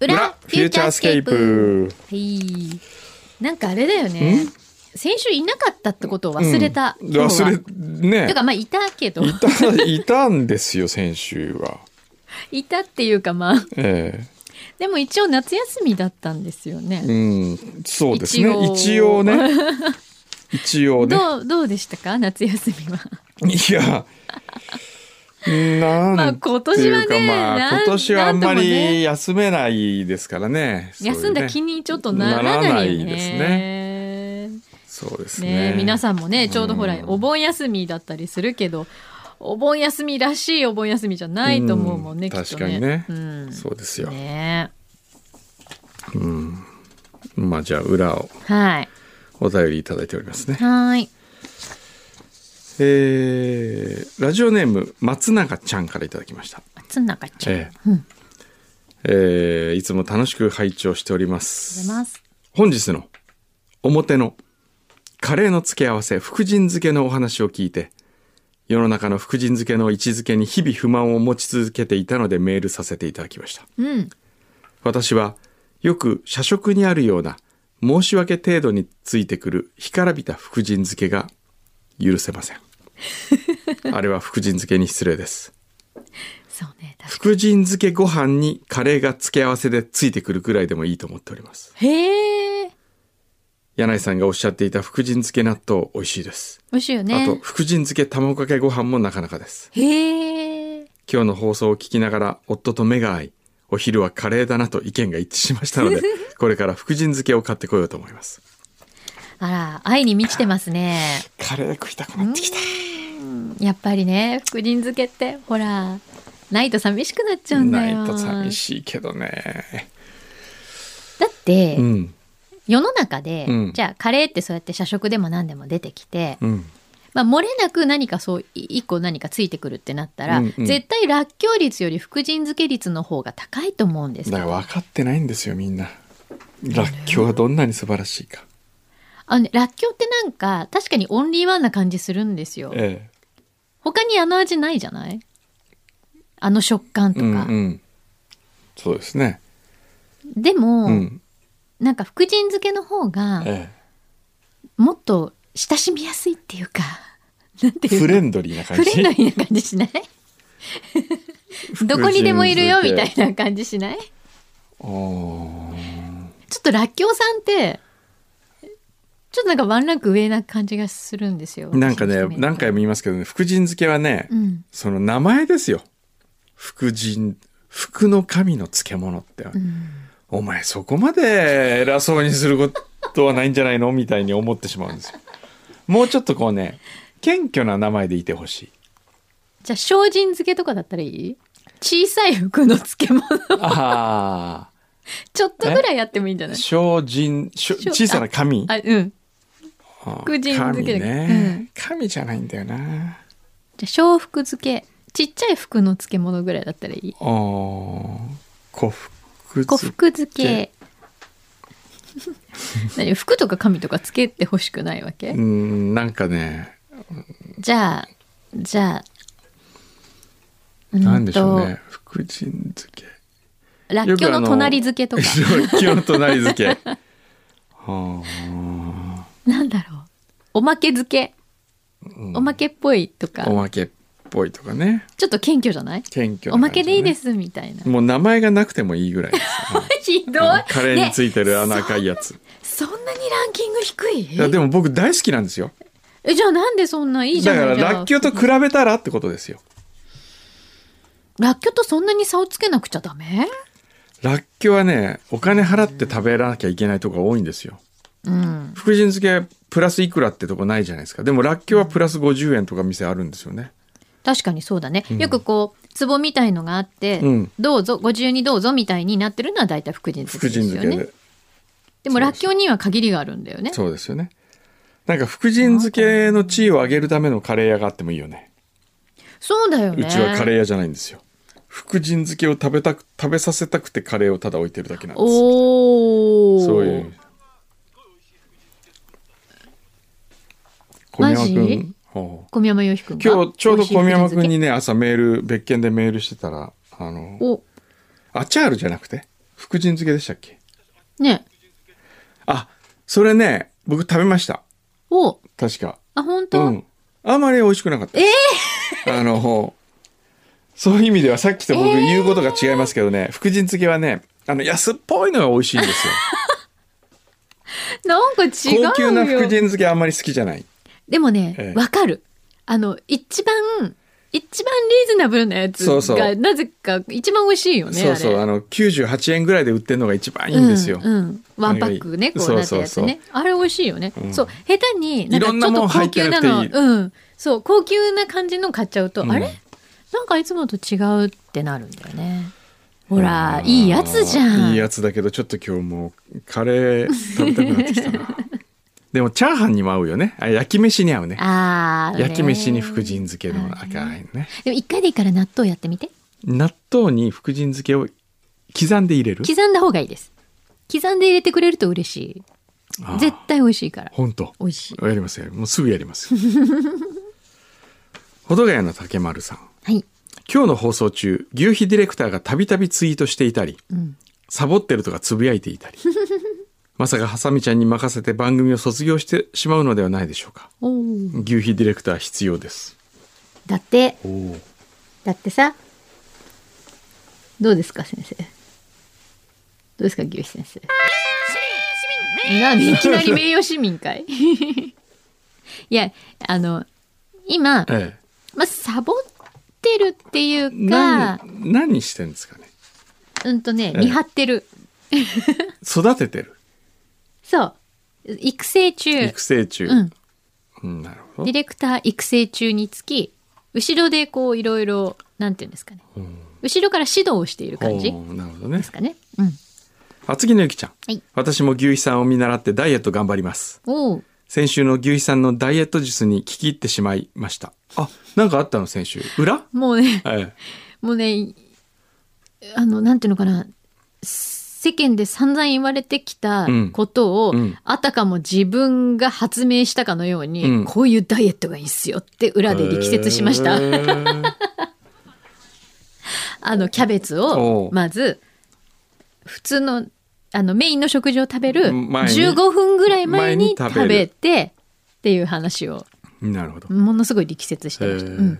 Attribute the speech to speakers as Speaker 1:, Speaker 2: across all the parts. Speaker 1: ューチャースケープ。
Speaker 2: はい。なんかあれだよね。先週いなかったってことを忘れた。
Speaker 1: うん忘れ
Speaker 2: て
Speaker 1: ね
Speaker 2: かまあいたけ ど
Speaker 1: いたいたんですよ先週は。
Speaker 2: いたっていうかまあ
Speaker 1: え
Speaker 2: でも一応夏休みだったんですよ
Speaker 1: え
Speaker 2: ね。
Speaker 1: うんそうですね一
Speaker 2: 一
Speaker 1: 応
Speaker 2: 応
Speaker 1: ね一応ね
Speaker 2: どうどうでしたか夏休みは。
Speaker 1: いやなん
Speaker 2: まあ今年はね
Speaker 1: っていうかまあ
Speaker 2: なん
Speaker 1: 今年はあんま
Speaker 2: なんともね
Speaker 1: り休めないですからねそういうね
Speaker 2: 休んだ気にちょっとなら
Speaker 1: ならな
Speaker 2: ないい
Speaker 1: です
Speaker 2: ね。
Speaker 1: そうですね
Speaker 2: ね皆さんもねちょうどほら
Speaker 1: うん
Speaker 2: お盆休みだったりするけどお盆休みらしいお盆休みじゃないと思うもんね、
Speaker 1: うん
Speaker 2: きっとね。
Speaker 1: 確かにね
Speaker 2: うん、
Speaker 1: そうですよ、
Speaker 2: ね
Speaker 1: うんまあじゃあ裏を
Speaker 2: はい
Speaker 1: お便りいただいておりますね
Speaker 2: はい
Speaker 1: えーラジオネーム松永ちゃんからいただきました、
Speaker 2: 松永ちゃん。
Speaker 1: え
Speaker 2: うん、ありがとう
Speaker 1: ええーいつも楽しく拝聴しておりま
Speaker 2: ござ
Speaker 1: す
Speaker 2: います。
Speaker 1: 本日の表のカレーの付け合わせ福神漬けのお話を聞いて世の中の福神漬けの位置づけに日々不満を持ち続けていたのでメールさせていただきました
Speaker 2: うん
Speaker 1: 私はよく社食にあるような申し訳程度についてくる干からびた福神漬けが許せません あれは福神漬けに失礼です
Speaker 2: そうね確か
Speaker 1: 福神漬けご飯にカレーが付け合わせでついてくるぐらいでもいいと思っております
Speaker 2: にへえ
Speaker 1: 柳井さんがおっしゃっていた福神漬け納豆美味しいです、
Speaker 2: 美味しいよ
Speaker 1: あと
Speaker 2: ね。
Speaker 1: 福神漬け卵かけご飯もなかなかです
Speaker 2: へえ
Speaker 1: 今日の放送を聞きながら夫と目が合いお昼はカレーだなと意見が一致しました のでこれから福神漬けを買ってこようと思います
Speaker 2: あら愛に満ちてますね。
Speaker 1: カレー食いたくなってきた
Speaker 2: やっぱりね福神漬けってほらないと寂しくなっちゃうんだ
Speaker 1: ない
Speaker 2: よ。
Speaker 1: と寂しいけどね
Speaker 2: だって、
Speaker 1: うん
Speaker 2: 世の中で、
Speaker 1: うん
Speaker 2: じゃあカレーってそうやって社食でも何でも出てきて、
Speaker 1: うん
Speaker 2: まあ、漏れなく何かそうい一個何かついてくるってなったら、
Speaker 1: うんうん
Speaker 2: 絶対らっきょう率より福神漬け率の方が高いと思うんです
Speaker 1: だ
Speaker 2: よ
Speaker 1: から分かってないんですよみんならっきょうはどんなに素晴らしいか
Speaker 2: あのねらっきょうってなんか確かにオンリーワンな感じするんですよ
Speaker 1: え
Speaker 2: 他にあの味ないじゃないあの食感と
Speaker 1: えうん
Speaker 2: か、
Speaker 1: うんそうですね
Speaker 2: でも、
Speaker 1: うん
Speaker 2: なんか福神漬けの方が
Speaker 1: え
Speaker 2: もっと親しみやすいっていうか なんて
Speaker 1: え
Speaker 2: いう
Speaker 1: フ
Speaker 2: の
Speaker 1: レンドリーな感
Speaker 2: フ
Speaker 1: じ
Speaker 2: レンドリーな感じしないどこにでもいるよみたいな感じしない
Speaker 1: お
Speaker 2: ちょっとらっきょうさんってちょっとなんかワンランク上な感じがするんですよ。
Speaker 1: なんかね
Speaker 2: 私の
Speaker 1: 何回も言いますけどね福神漬けはね、
Speaker 2: うん
Speaker 1: その名前ですよ福神福の神の漬物って、
Speaker 2: うん
Speaker 1: お前そこまで偉そうにすることはないんじゃないのみたいに思ってしまう んですよもうちょっとこうね謙虚な名前でいてほし い
Speaker 2: じゃあ精進漬けとかだったらいい小さい服の漬物
Speaker 1: あ
Speaker 2: ちょっとぐらいやってもいいんじゃ
Speaker 1: あ
Speaker 2: ない
Speaker 1: 精進しょ
Speaker 2: 精
Speaker 1: 小さな神
Speaker 2: あうん
Speaker 1: あー
Speaker 2: 福神漬け
Speaker 1: 神
Speaker 2: だう
Speaker 1: ね
Speaker 2: ん
Speaker 1: 神じゃないんだよな
Speaker 2: じゃあ小福漬けちっちゃい服の漬物ぐらいだったらいい
Speaker 1: お古福
Speaker 2: 小
Speaker 1: 漬け
Speaker 2: 福漬け 何服とか紙とかつけてほしくないわけ、
Speaker 1: うんなんかね
Speaker 2: じゃあじゃあ
Speaker 1: なんでしょう
Speaker 2: うん
Speaker 1: ね福神漬け
Speaker 2: とらっきょうの隣漬けとか
Speaker 1: らっきょうの隣漬けはあ
Speaker 2: なんだろう。おまけ漬け。
Speaker 1: うん
Speaker 2: おまけっぽいとか。
Speaker 1: おまけっぽいとかね
Speaker 2: ちょっと謙虚じゃない
Speaker 1: 謙虚な感じだね
Speaker 2: おまけでいいです、みたいな。
Speaker 1: もう名前がなくてもいいぐらいですね
Speaker 2: ひどい。
Speaker 1: カレーについてるあの赤いやつ、
Speaker 2: そんなにランキング低い
Speaker 1: いやでも僕大好きなんですよ
Speaker 2: え、じゃあなんでそんないいじゃ
Speaker 1: だ
Speaker 2: な
Speaker 1: か
Speaker 2: い
Speaker 1: ら
Speaker 2: じゃあ
Speaker 1: らっきょうと比べたらってことですよ
Speaker 2: らっきょうとそんなに差をつけなくちゃダメ
Speaker 1: らっきょうはねお金払って食べなきゃいけないとこが多いんですよ
Speaker 2: うん。
Speaker 1: 福神漬けプラスいくらってとこないじゃないですかでもらっきょうはプラス50円とか店あるんですよね
Speaker 2: 確かにそうだね。よくこう、壺みたいのがあって、
Speaker 1: うん
Speaker 2: どうぞ、ご自由にどうぞみたいになってるのは大体福神漬
Speaker 1: 福
Speaker 2: けで
Speaker 1: 神
Speaker 2: す
Speaker 1: 漬
Speaker 2: よ
Speaker 1: けで、
Speaker 2: ね。でもらっきょうには限りがあるんだよね。
Speaker 1: そうですよねなんか福神漬けの地位を上げるためのカレー屋があってもいいよね
Speaker 2: そうだよ
Speaker 1: う
Speaker 2: ね。
Speaker 1: ちはカレー屋じゃないんですよ福神漬けを食べたく食べさせたくてカレーをただ置いてるだけなんですよ
Speaker 2: おー。
Speaker 1: そういう小宮山
Speaker 2: マ
Speaker 1: 君
Speaker 2: ジ
Speaker 1: ほう
Speaker 2: 小宮山由紀くんが
Speaker 1: 今日ちょうど小宮山
Speaker 2: 美味しい福神
Speaker 1: 君
Speaker 2: 漬
Speaker 1: にね朝メール別件でメールしてたらあの
Speaker 2: けお
Speaker 1: アチャールじゃなくて福神漬けでしたっけ
Speaker 2: ね。
Speaker 1: あそれね僕食べました
Speaker 2: お、
Speaker 1: 確か
Speaker 2: あ、本当、
Speaker 1: うんあまり美味しくなかったえあのそういう意味ではさっきと僕言うことが違いますけどね、福神漬けはねあの安っぽいのが美味しいんですよ
Speaker 2: なんか 違うよ。
Speaker 1: 高級な福神漬けあんまり好きじゃない
Speaker 2: でもね
Speaker 1: え、え
Speaker 2: わ、かる。あの、一番、一番リーズナブルなやつが、
Speaker 1: そうそう
Speaker 2: なぜか一番美味しいよね。
Speaker 1: そうそうあ
Speaker 2: あれ
Speaker 1: の98円ぐらいで売ってるのが一番いいんですよ、
Speaker 2: うん、うんワンパックね、こうなった
Speaker 1: そう
Speaker 2: やつ
Speaker 1: そうそう
Speaker 2: ね。あれ美味しいよね。
Speaker 1: ん
Speaker 2: そう、下手に、なんか
Speaker 1: いろんな
Speaker 2: ちょ
Speaker 1: もん
Speaker 2: っと
Speaker 1: 入
Speaker 2: 高
Speaker 1: って
Speaker 2: 級
Speaker 1: な
Speaker 2: な
Speaker 1: くていい
Speaker 2: の、うん。そう、高級な感じの買っちゃうと、
Speaker 1: うん
Speaker 2: あれなんかいつもと違うってなるんだよね。ほら、いいやつじゃん。
Speaker 1: いいやつだけどちょっと今日もうカレー食べたくなってきたなでもチャーハンにも合うよねあ焼き飯に合うね
Speaker 2: あー
Speaker 1: 焼き飯に福神漬けの赤いね
Speaker 2: でも一回でいいから納豆やってみて。
Speaker 1: 納豆に福神漬けを刻んで入れる
Speaker 2: 刻んだ方がいいです。刻んで入れてくれると嬉しい。
Speaker 1: ああ
Speaker 2: 絶対美味しいから。
Speaker 1: 本当
Speaker 2: 美味しい。
Speaker 1: やりますよもうすぐやりますほどがやの竹丸さん
Speaker 2: はい。
Speaker 1: 今日の放送中牛皮ディレクターがたびたびツイートしていたり
Speaker 2: うん。
Speaker 1: サボってるとかつぶやいて いたりまさかハサミちゃんに任せて番組を卒業してしまうのではないでしょうか
Speaker 2: おー
Speaker 1: 牛皮ディレクター必要です
Speaker 2: だって、
Speaker 1: おお
Speaker 2: だってさ、どうですか先生。どうですか牛肥先生。なんでいきなり名誉市民かい いや、あの、今、
Speaker 1: ええ
Speaker 2: まあ、サボってるっていうか、
Speaker 1: 何何してんですかね
Speaker 2: うんとね、
Speaker 1: ええ
Speaker 2: 見張ってる。
Speaker 1: 育ててる
Speaker 2: そう。育成中。
Speaker 1: 育成中、
Speaker 2: うん。
Speaker 1: うんなるほ
Speaker 2: デ
Speaker 1: ど
Speaker 2: ィレクター育成中につき、後ろでこういろいろ、なんていうんですかね。
Speaker 1: うん
Speaker 2: 後ろから指導をしている感じ
Speaker 1: おーなるほどね
Speaker 2: ですかね。うん。
Speaker 1: 厚木のゆきちゃん、
Speaker 2: はい
Speaker 1: 私も牛皮さんを見習ってダイエット頑張ります
Speaker 2: おう
Speaker 1: 先週の牛皮さんのダイエット術に聞き入ってしまいましたあなんかあったの先週裏、
Speaker 2: もうね、
Speaker 1: ええ、
Speaker 2: もうね、あの、なんていうのかな、世間で散々言われてきた
Speaker 1: うん
Speaker 2: ことを、
Speaker 1: うん
Speaker 2: あたかも自分が発明したかのように、
Speaker 1: うん
Speaker 2: こういうダイエットがいいっすよって裏で力説しました。
Speaker 1: えー
Speaker 2: あの、キャベツ
Speaker 1: お
Speaker 2: を
Speaker 1: う、
Speaker 2: まず、普通の、あの、メインの食事を食べる
Speaker 1: 前に
Speaker 2: 15分ぐらい前に
Speaker 1: 前に
Speaker 2: 食
Speaker 1: 食べ
Speaker 2: べ
Speaker 1: る
Speaker 2: て、っていう話を、
Speaker 1: なるほど、
Speaker 2: ものすごい力説して
Speaker 1: え
Speaker 2: ました。
Speaker 1: ー
Speaker 2: うん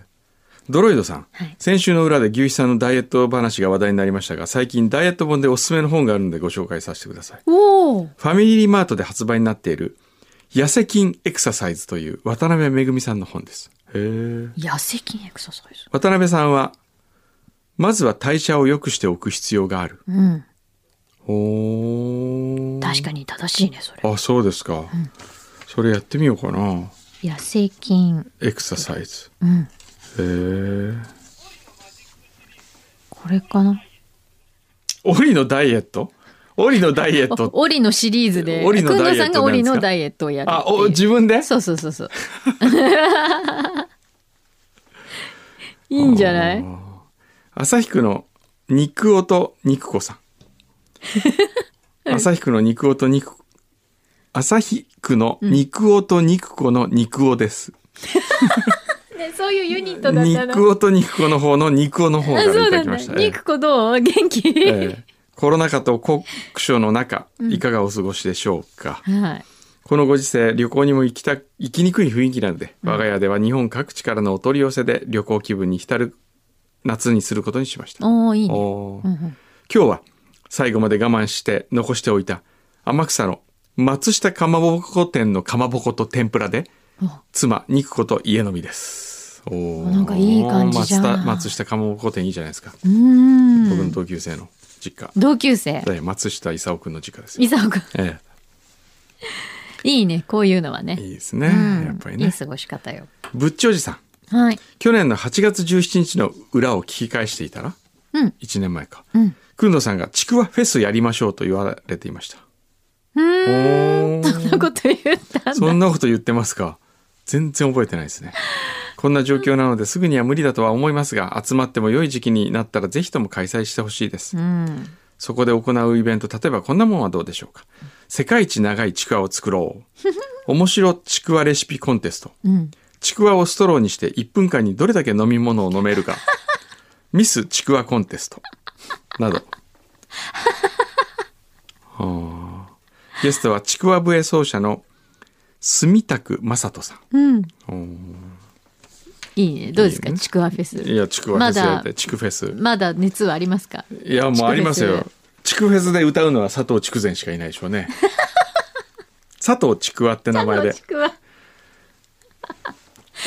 Speaker 1: ドロイドさん、
Speaker 2: はい
Speaker 1: 先週の裏で牛皮さんのダイエット話が話題になりましたが最近ダイエット本でおすすめの本があるのでご紹介させてください
Speaker 2: おー
Speaker 1: ファミリーマートで発売になっている痩せ筋エクササイズという渡辺めぐみさんの本ですへえ
Speaker 2: 痩せ筋エクササイズ。
Speaker 1: 渡辺さんは、まずは代謝を良くしておく必要がある。
Speaker 2: うん。
Speaker 1: ほ
Speaker 2: 確かに正しいね、それ。
Speaker 1: に。あ、そうですか。それやってみようかな。
Speaker 2: 痩せ筋。
Speaker 1: エクササイズ。
Speaker 2: うん。
Speaker 1: へえ。
Speaker 2: これかな。
Speaker 1: オリのダイエットオリのダイエ ット。
Speaker 2: おオリのシリーズで、
Speaker 1: オリのダイエ
Speaker 2: くんど
Speaker 1: ット
Speaker 2: さんがオリの
Speaker 1: なんですか
Speaker 2: ダイエットをやるって
Speaker 1: あ
Speaker 2: いう。
Speaker 1: お、自分で
Speaker 2: そうそうそう そう。 いいんじゃない
Speaker 1: 朝日区の肉音肉 子さん。朝日区の肉音肉子、朝日区の肉音肉子の肉音です。
Speaker 2: ね、そういうユニットだったの。
Speaker 1: 肉音肉子の方の肉音の方
Speaker 2: あ、
Speaker 1: か
Speaker 2: そ
Speaker 1: らいう
Speaker 2: な
Speaker 1: ただ
Speaker 2: ん
Speaker 1: き
Speaker 2: だ。
Speaker 1: ました。ええ
Speaker 2: 肉子どう元気、
Speaker 1: えーコロナ禍と酷暑の中、いかがお過ごしでしょうか。
Speaker 2: はい。
Speaker 1: このご時世、旅行にも行きた、行きにくい雰囲気なので、我が家では日本各地からのお取り寄せで旅行気分に浸る夏にすることにしました。
Speaker 2: おーいいね。
Speaker 1: おー
Speaker 2: うんうん
Speaker 1: 今日は最後まで我慢して残しておいた天草の松下かまぼこ店のかまぼこと天ぷらで、
Speaker 2: あ
Speaker 1: 妻、肉子と家飲みです。おー
Speaker 2: なんかいい感じじゃん
Speaker 1: 松田松下かまぼこ店いいじゃないですか。
Speaker 2: うー
Speaker 1: 僕の
Speaker 2: ん。
Speaker 1: 同級生の実家。
Speaker 2: 同級生。
Speaker 1: ええ松下勲君の実家ですよ。
Speaker 2: 伊沢くん。
Speaker 1: え
Speaker 2: いいね、こういうのはね
Speaker 1: え、。いいですね、
Speaker 2: うん
Speaker 1: やっぱり
Speaker 2: いい
Speaker 1: ね
Speaker 2: 過ごし方よ。
Speaker 1: ぶっちおじさん
Speaker 2: はい。
Speaker 1: 去年の8月17日の裏を聞き返していたら
Speaker 2: うん。
Speaker 1: 1年前か
Speaker 2: うん。
Speaker 1: くんどさんがちくわフェスやりましょうと言われていました
Speaker 2: うーん。
Speaker 1: お
Speaker 2: そんなこと言ったんだ。
Speaker 1: そんなこと言ってますか全然覚えてないですねこんな状況なのですぐには無理だとは思いますが集まっても良い時期になったらぜひとも開催してほしいです
Speaker 2: うん。
Speaker 1: そこで行うイベント、例えばこんなもんはどうでしょうか。世界一長いちくわを作ろ う。面白ちくわレシピコンテスト。
Speaker 2: うん。
Speaker 1: ちくわをストローにして1分間にどれだけ飲み物を 飲めるか。ミスちくわコンテスト。など。あーゲストはちくわ笛奏者の住宅正人さん
Speaker 2: うん。
Speaker 1: うん
Speaker 2: いいね。どうですか
Speaker 1: いいね
Speaker 2: ちくわフェス。
Speaker 1: いやちくわフェスやっ
Speaker 2: ま
Speaker 1: てちくフェス
Speaker 2: まだ熱はありますか
Speaker 1: いやもうあります
Speaker 2: ちくフェ
Speaker 1: よ
Speaker 2: ス
Speaker 1: ちくフェスで歌うのは佐藤筑前しかいないでしょ うね佐藤ちくわって名前
Speaker 2: あ
Speaker 1: で
Speaker 2: のちくわ。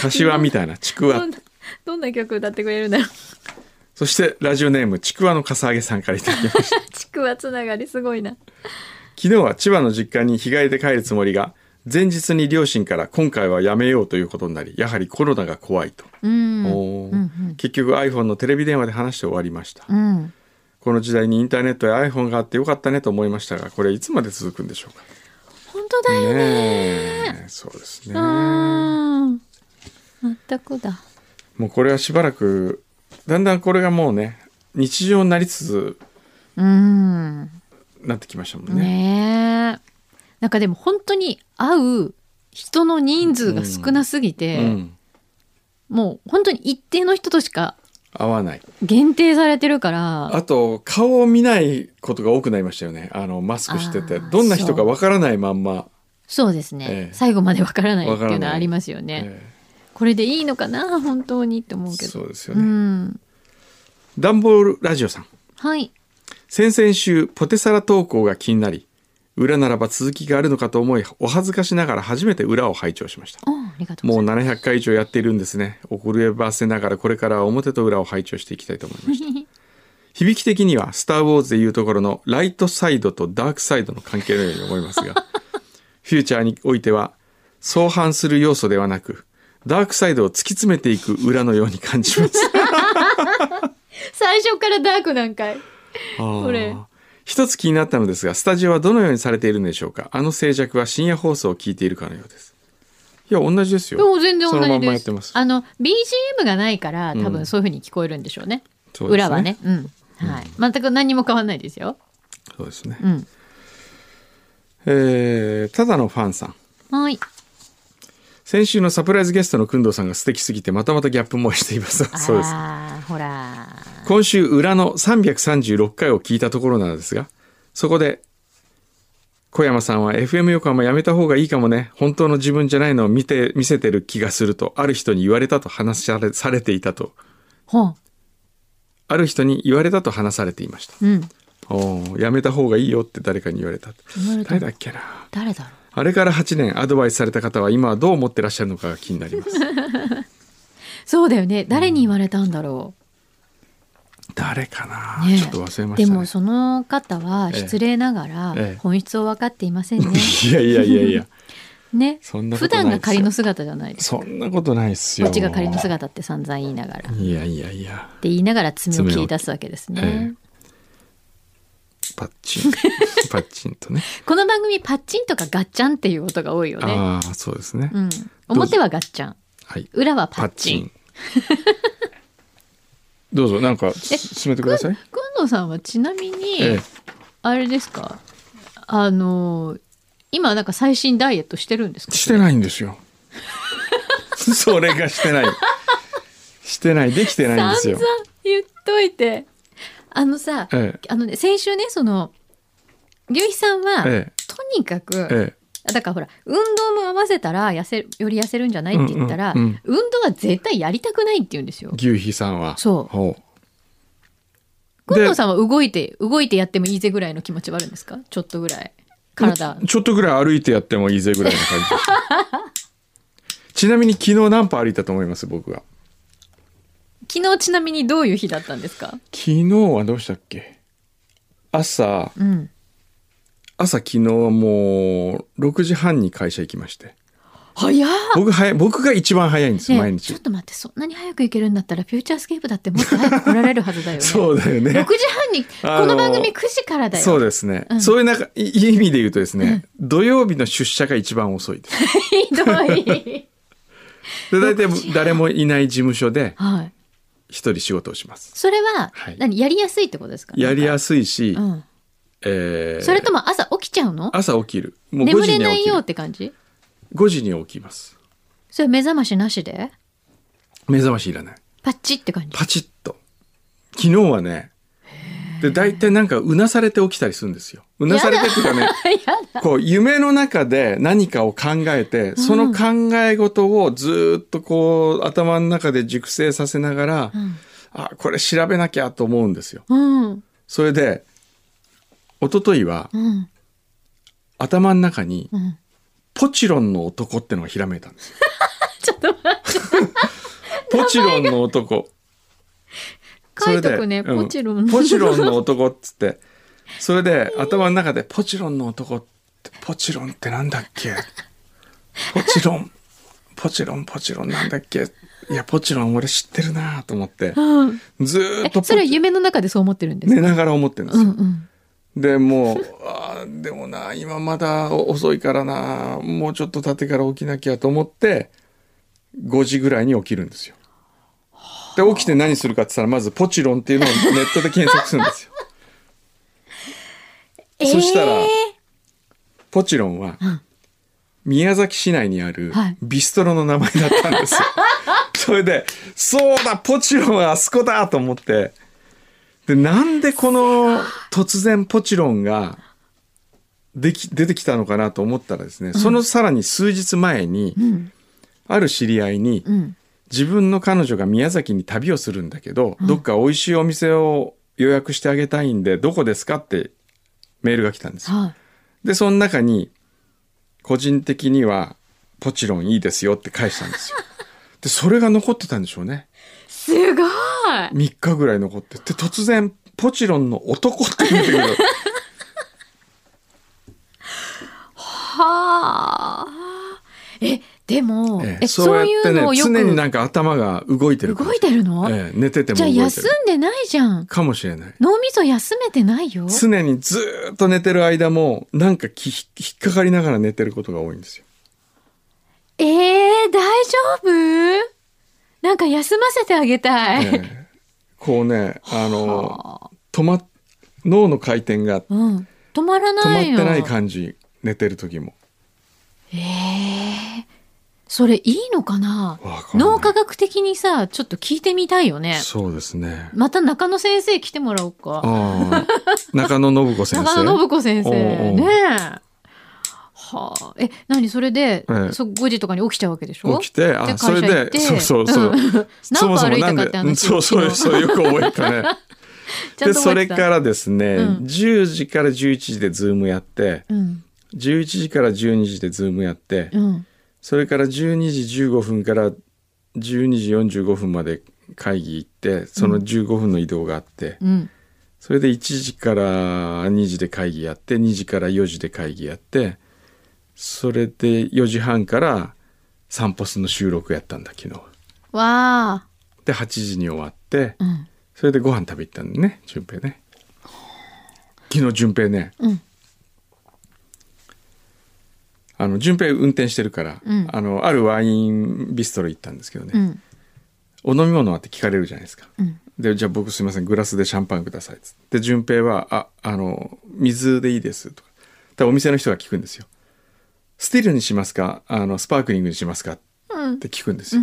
Speaker 1: 柏 みたいなちく
Speaker 2: ど
Speaker 1: わ
Speaker 2: んな、どんな曲歌ってくれるんだろう。
Speaker 1: そしてラジオネームちくわのかさあげさんからいただきました
Speaker 2: ちくわつながりすごいな。
Speaker 1: 昨日は千葉の実家に日帰りで帰るつもりが前日に両親から今回はやめようということになりやはりコロナが怖いと、
Speaker 2: うん。
Speaker 1: おー
Speaker 2: うん
Speaker 1: 結局 iPhone のテレビ電話で話して終わりました、
Speaker 2: うん。
Speaker 1: この時代にインターネットや iPhone があってよかったねと思いましたがこれいつまで続くんでしょうか
Speaker 2: 本当だよね。
Speaker 1: ねえそうですね
Speaker 2: うん。全くだ。
Speaker 1: もうこれはしばらくだんだんこれがもうね日常になりつ
Speaker 2: うん。
Speaker 1: つなってきましたもんね
Speaker 2: ねえ。なんかでも本当に会う人の人数が少なすぎて、
Speaker 1: うん、
Speaker 2: もう本当に一定の人としか
Speaker 1: 合わない
Speaker 2: 限定されてるから、
Speaker 1: あと顔を見ないことが多くなりましたよねあのマスクしてて
Speaker 2: あー
Speaker 1: どんな人かわからないまんま、
Speaker 2: そうですね、
Speaker 1: ええ
Speaker 2: 最後までわからないっていう
Speaker 1: わから
Speaker 2: の
Speaker 1: な
Speaker 2: はいありますよね。
Speaker 1: え
Speaker 2: これでいいのかな本当にって思
Speaker 1: え
Speaker 2: うけど。
Speaker 1: そうですよ
Speaker 2: う
Speaker 1: ね、
Speaker 2: ん。
Speaker 1: ダンボールラジオさん
Speaker 2: はい。
Speaker 1: 先々週ポテサラ投稿が気になり裏ならば続きがあるのかと思いお恥ずかしながら初めて裏を拝聴しました
Speaker 2: おありがとうご
Speaker 1: も
Speaker 2: ざ
Speaker 1: う
Speaker 2: いま
Speaker 1: 700回以上やっているんですね遅ばせながらこれからは表と裏を拝聴していきたいと思いました 響き的には「スター・ウォーズ」でいうところのライトサイドとダークサイドの関係のように思いますが フューチャーにおいては相反する要素ではなくダークサイドを突き詰めていく裏のように感じます
Speaker 2: す。最初からダークなんかい。
Speaker 1: こ
Speaker 2: れ
Speaker 1: 一つ気になったのですがスタジオはどのようにされているんでしょうかあの静寂は深夜放送を聞いているかのようですいや同じです
Speaker 2: でも
Speaker 1: よ
Speaker 2: 全然同じです。
Speaker 1: そのまんまやってます
Speaker 2: あの BGM がないから多
Speaker 1: う
Speaker 2: 分
Speaker 1: ん
Speaker 2: そういう風に聞こえるんでしょうね。
Speaker 1: そうですね
Speaker 2: 裏はね。うん。はい。全く何も変わんないですよ。
Speaker 1: そうですね、
Speaker 2: うん。
Speaker 1: えーただのファンさん
Speaker 2: はい。
Speaker 1: 先週のサプライズゲストの工藤さんが素敵すぎてまたまたギャップ萌えしています。そうです。
Speaker 2: ああ、ほら。
Speaker 1: 今週裏の336回を聞いたところなんですが、そこで、小山さんは FM 横浜やめた方がいいかもね、本当の自分じゃないのを見て、見せてる気がすると、ある人に言われたと話されされていたと、
Speaker 2: ほう。
Speaker 1: ある人に言われたと話されていました。
Speaker 2: うん。
Speaker 1: おーやめた方がいいよって誰かに言われたと
Speaker 2: 言われ。た
Speaker 1: 誰だっけな。
Speaker 2: 誰だろう。
Speaker 1: あれから8年アドバイスされた方は今はどう思ってらっしゃるのかが気になります。
Speaker 2: そうだよね。誰に言われたんだろ
Speaker 1: 誰かな、
Speaker 2: う。ねえ
Speaker 1: ちょっと忘れましたね。
Speaker 2: でもその方は失礼ながら
Speaker 1: ええ
Speaker 2: 本質を分かっていません ね。
Speaker 1: いやいやいや いや、
Speaker 2: ね。
Speaker 1: そんなこ
Speaker 2: 普
Speaker 1: とない
Speaker 2: 段
Speaker 1: ですよ
Speaker 2: が仮の姿じゃないですか。
Speaker 1: そんなことないっす
Speaker 2: こ
Speaker 1: よ。
Speaker 2: っちが仮の姿って散々言いながら。って
Speaker 1: いやいやいや、
Speaker 2: 言いながら爪を切り出すわけですね。
Speaker 1: パッ チン、パッチンとね。
Speaker 2: この番組パッチンとかガッチャンっていう音が多いよね。
Speaker 1: ああ、そうですね。
Speaker 2: うん。表はガッチャン、
Speaker 1: はい。
Speaker 2: 裏はパ
Speaker 1: パッ
Speaker 2: ッチ
Speaker 1: チ
Speaker 2: ン
Speaker 1: ン。。どうぞ、なんか、進めてください。
Speaker 2: くんのさんはちなみに、
Speaker 1: ええ
Speaker 2: あれですか。あの今なんか最新ダイエットしてるんですか。
Speaker 1: してないんで すよ。それがしてない。してない、できてないんです
Speaker 2: 散
Speaker 1: よ
Speaker 2: 々。言っといて。あのさ、
Speaker 1: え
Speaker 2: あのね先週ねその牛肥さんは、
Speaker 1: え
Speaker 2: とにかく、
Speaker 1: え、え
Speaker 2: だからほら運動も合わせたら痩せより痩せるんじゃないって言ったら、
Speaker 1: うんうんうん
Speaker 2: 運動は絶対やりたくないって言うんですよ
Speaker 1: え、。牛皮さんは。
Speaker 2: そう
Speaker 1: ほ
Speaker 2: くんのさんは動いて動いてやってもいいぜぐらいの気持ちはあるんですかちょっとぐらい体
Speaker 1: ちょっとぐらい歩いてやってもいいぜぐらいの感じです。ちなみに昨日何歩歩いたと思います僕は。
Speaker 2: 昨日ちなみにどういう日だったんですか
Speaker 1: 昨日はどうしたっけ朝、
Speaker 2: うん
Speaker 1: 朝昨日はもう6時半に会社行きまして。
Speaker 2: 早っ
Speaker 1: 僕早い、僕が一番早いんです、
Speaker 2: ねえ
Speaker 1: 毎
Speaker 2: ちょっ
Speaker 1: 日。
Speaker 2: と待ってそんなに早く行けるんだったらフューチャースケープだってもっと早く来られるはずだよね
Speaker 1: そうだよ
Speaker 2: 6
Speaker 1: ね。
Speaker 2: 時半に
Speaker 1: あの
Speaker 2: この番組9時からだよ
Speaker 1: そうですね。
Speaker 2: うん
Speaker 1: そういうなんか、いいい意味で言うとですね、土曜日の出社が一番遅いです。
Speaker 2: ひ どい
Speaker 1: で、大
Speaker 2: 6時半
Speaker 1: 体誰もいない事務所で
Speaker 2: はい
Speaker 1: 一人仕事をします。
Speaker 2: それは、
Speaker 1: はい
Speaker 2: 何やりやすいってことですか
Speaker 1: やりや
Speaker 2: す
Speaker 1: すいし、
Speaker 2: うん、
Speaker 1: えー
Speaker 2: それとも朝起きちゃうの
Speaker 1: 朝起きる。もう5
Speaker 2: 眠
Speaker 1: 時
Speaker 2: れ
Speaker 1: には
Speaker 2: な
Speaker 1: 起
Speaker 2: い
Speaker 1: き
Speaker 2: よっ
Speaker 1: る。
Speaker 2: て感じ
Speaker 1: 5時には起きます。
Speaker 2: それ目覚ましなしで
Speaker 1: 目覚ましいらない。
Speaker 2: パッチって感じ
Speaker 1: パチッと。昨日はね、で大体なんかうなされて起きたりするんですよ。うなされてっていうかね こう夢の中で何かを考えてその考え事をずっとこう頭の中で熟成させながら、
Speaker 2: ん
Speaker 1: あこれ調べなきゃと思うんですよ。
Speaker 2: うん。
Speaker 1: それで一昨日は
Speaker 2: うん。
Speaker 1: 頭の中に
Speaker 2: うん。
Speaker 1: ポチロンの男ってのがひらめいたんですよ。
Speaker 2: ちょっと待って。
Speaker 1: ポチロンの男。
Speaker 2: 書いとくね。
Speaker 1: それでうん
Speaker 2: ポチロン。
Speaker 1: ポチロンの男っつって。それで頭の中でポチロンの男ってポチロンってなんだっけポチロンポチロンポチロンなんだっけいやポチロン俺知ってるなと思って
Speaker 2: うん。
Speaker 1: ずーっと
Speaker 2: え、
Speaker 1: ポ
Speaker 2: それは
Speaker 1: チ
Speaker 2: 夢の中でそう思ってるんです
Speaker 1: 寝
Speaker 2: か
Speaker 1: ながら思ってるんです
Speaker 2: う
Speaker 1: よ。
Speaker 2: んうん。
Speaker 1: でもうあーでもな今まだ遅いからなもうちょっと経ってから起きなきゃと思って5時ぐらいに起きるんですよ。で起きて何するかって言ったらまず「ポチロン」っていうのをネットで検索するんですよ。そしたら
Speaker 2: え
Speaker 1: ポチロンは
Speaker 2: うん
Speaker 1: 宮崎市内にある
Speaker 2: はい
Speaker 1: ビストロの名前だったん ですよ。それで「そうだポチロンはあそこだ!」と思ってでなんでこの突然ポチロンができ出てきたのかなと思ったらですね、そのさらに数日前に
Speaker 2: ーうん。
Speaker 1: ある知り合いに
Speaker 2: うん。
Speaker 1: 自分の彼女が宮崎に旅をするんだけど、どっか美味しいお店を予約してあげたいんでどこですかってメールが来たんですよ
Speaker 2: は
Speaker 1: で、その中に、個人的には、ポチロンいいですよって返したんですよ。で、それが残ってたんでしょうね。
Speaker 2: い。すごい。
Speaker 1: 3日ぐらい残って。で、突然、ポチロンの男って言うんだけど、
Speaker 2: はあ。え、でも、
Speaker 1: え
Speaker 2: え
Speaker 1: え
Speaker 2: そういうのをよく
Speaker 1: 常になんか頭が動いてる感
Speaker 2: 動いてるの、
Speaker 1: じええ寝てても
Speaker 2: じゃ
Speaker 1: 動
Speaker 2: あ
Speaker 1: いてる。
Speaker 2: 休んでないじゃん。
Speaker 1: かもしれない。
Speaker 2: 脳みそ休めてないよ。
Speaker 1: 常にずーっと寝てる間も、なんかき引っかかりながら寝てることが多いんですよ。
Speaker 2: ええー、大丈夫なんか休ませてあげたい。
Speaker 1: ええこうね、あの、
Speaker 2: はあ
Speaker 1: 止ま、脳の回転が止
Speaker 2: うん。止まら
Speaker 1: まっ
Speaker 2: ない
Speaker 1: て
Speaker 2: よ。
Speaker 1: ない感じ、寝てる時も。
Speaker 2: ええそれいいのかな
Speaker 1: わかんない
Speaker 2: 脳科学的にさ、ちょっと聞いてみたいよね。
Speaker 1: そうですね。
Speaker 2: また中野先生来てもらおうか。
Speaker 1: ああ、中野信子先生。
Speaker 2: 中野信子先生。
Speaker 1: おうおう
Speaker 2: ねえ。はあ、え、何それで、
Speaker 1: ええ
Speaker 2: そ5時とかに起きちゃうわけでしょ
Speaker 1: 起きて、
Speaker 2: で
Speaker 1: あ、
Speaker 2: 会
Speaker 1: そ
Speaker 2: 社
Speaker 1: れ
Speaker 2: 行っ
Speaker 1: で、
Speaker 2: て
Speaker 1: そうそうそう
Speaker 2: う。ん
Speaker 1: そもそもなん
Speaker 2: 何歩歩いたかって話
Speaker 1: そうそう、そうよく覚え たね。
Speaker 2: ちゃん
Speaker 1: で、
Speaker 2: と
Speaker 1: そ
Speaker 2: 覚
Speaker 1: れ
Speaker 2: えてた
Speaker 1: からですね、
Speaker 2: うん
Speaker 1: 10時から11時でズームやって、
Speaker 2: うん。
Speaker 1: 11時から12時でズームやって、
Speaker 2: うん。
Speaker 1: それから12時15分から12時45分まで会議行って、その15分の移動があって、
Speaker 2: うん。
Speaker 1: それで1時から2時で会議やって2時から4時で会議やってそれで4時半から散歩するの収録やったんだ昨日
Speaker 2: わあ。
Speaker 1: で8時に終わって
Speaker 2: うん。
Speaker 1: それでご飯食べ行ったんだね順平ね昨日順平ね
Speaker 2: うん。
Speaker 1: あの順平運転してるから、
Speaker 2: うん
Speaker 1: あのあるワインビストロ行ったんですけどね、
Speaker 2: うん。
Speaker 1: お飲み物はって聞かれるじゃないですか
Speaker 2: うん。
Speaker 1: でじゃあ僕すいませんグラスでシャンパンくださいっつってで順平は「ああの水でいいです」とかだからお店の人が聞くんですよ「スティールにしますかあのスパークリングにしますか?」っ
Speaker 2: うん。
Speaker 1: て聞くんですよ、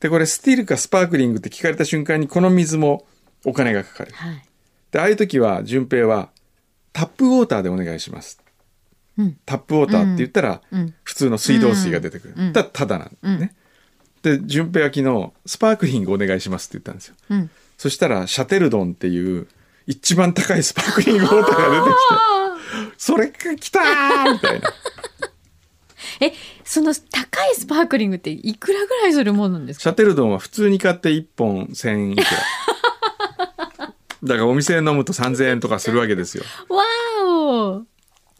Speaker 1: でこれスティールかスパークリングって聞かれた瞬間にこの水もお金がかかる
Speaker 2: はい。
Speaker 1: でああいう時は順平は「タップウォーターでお願いします」
Speaker 2: うん。
Speaker 1: タップウォーターって言ったら、
Speaker 2: うん。
Speaker 1: 普通の水道水が出てくる、
Speaker 2: うん
Speaker 1: ただただなんだよね、で順平は昨日「スパークリングお願いします」って言ったんですよ
Speaker 2: うん。
Speaker 1: そしたらシャテルドンっていう一番高いスパークリングウォーターが出て きて、それが来たーみたいな。
Speaker 2: え、その高いスパークリングっていくらぐらいするものなんですか
Speaker 1: シャテルドンは普通に買って1本1000いく ら。だからお店で飲むと3000円とかするわけですよ。
Speaker 2: わーお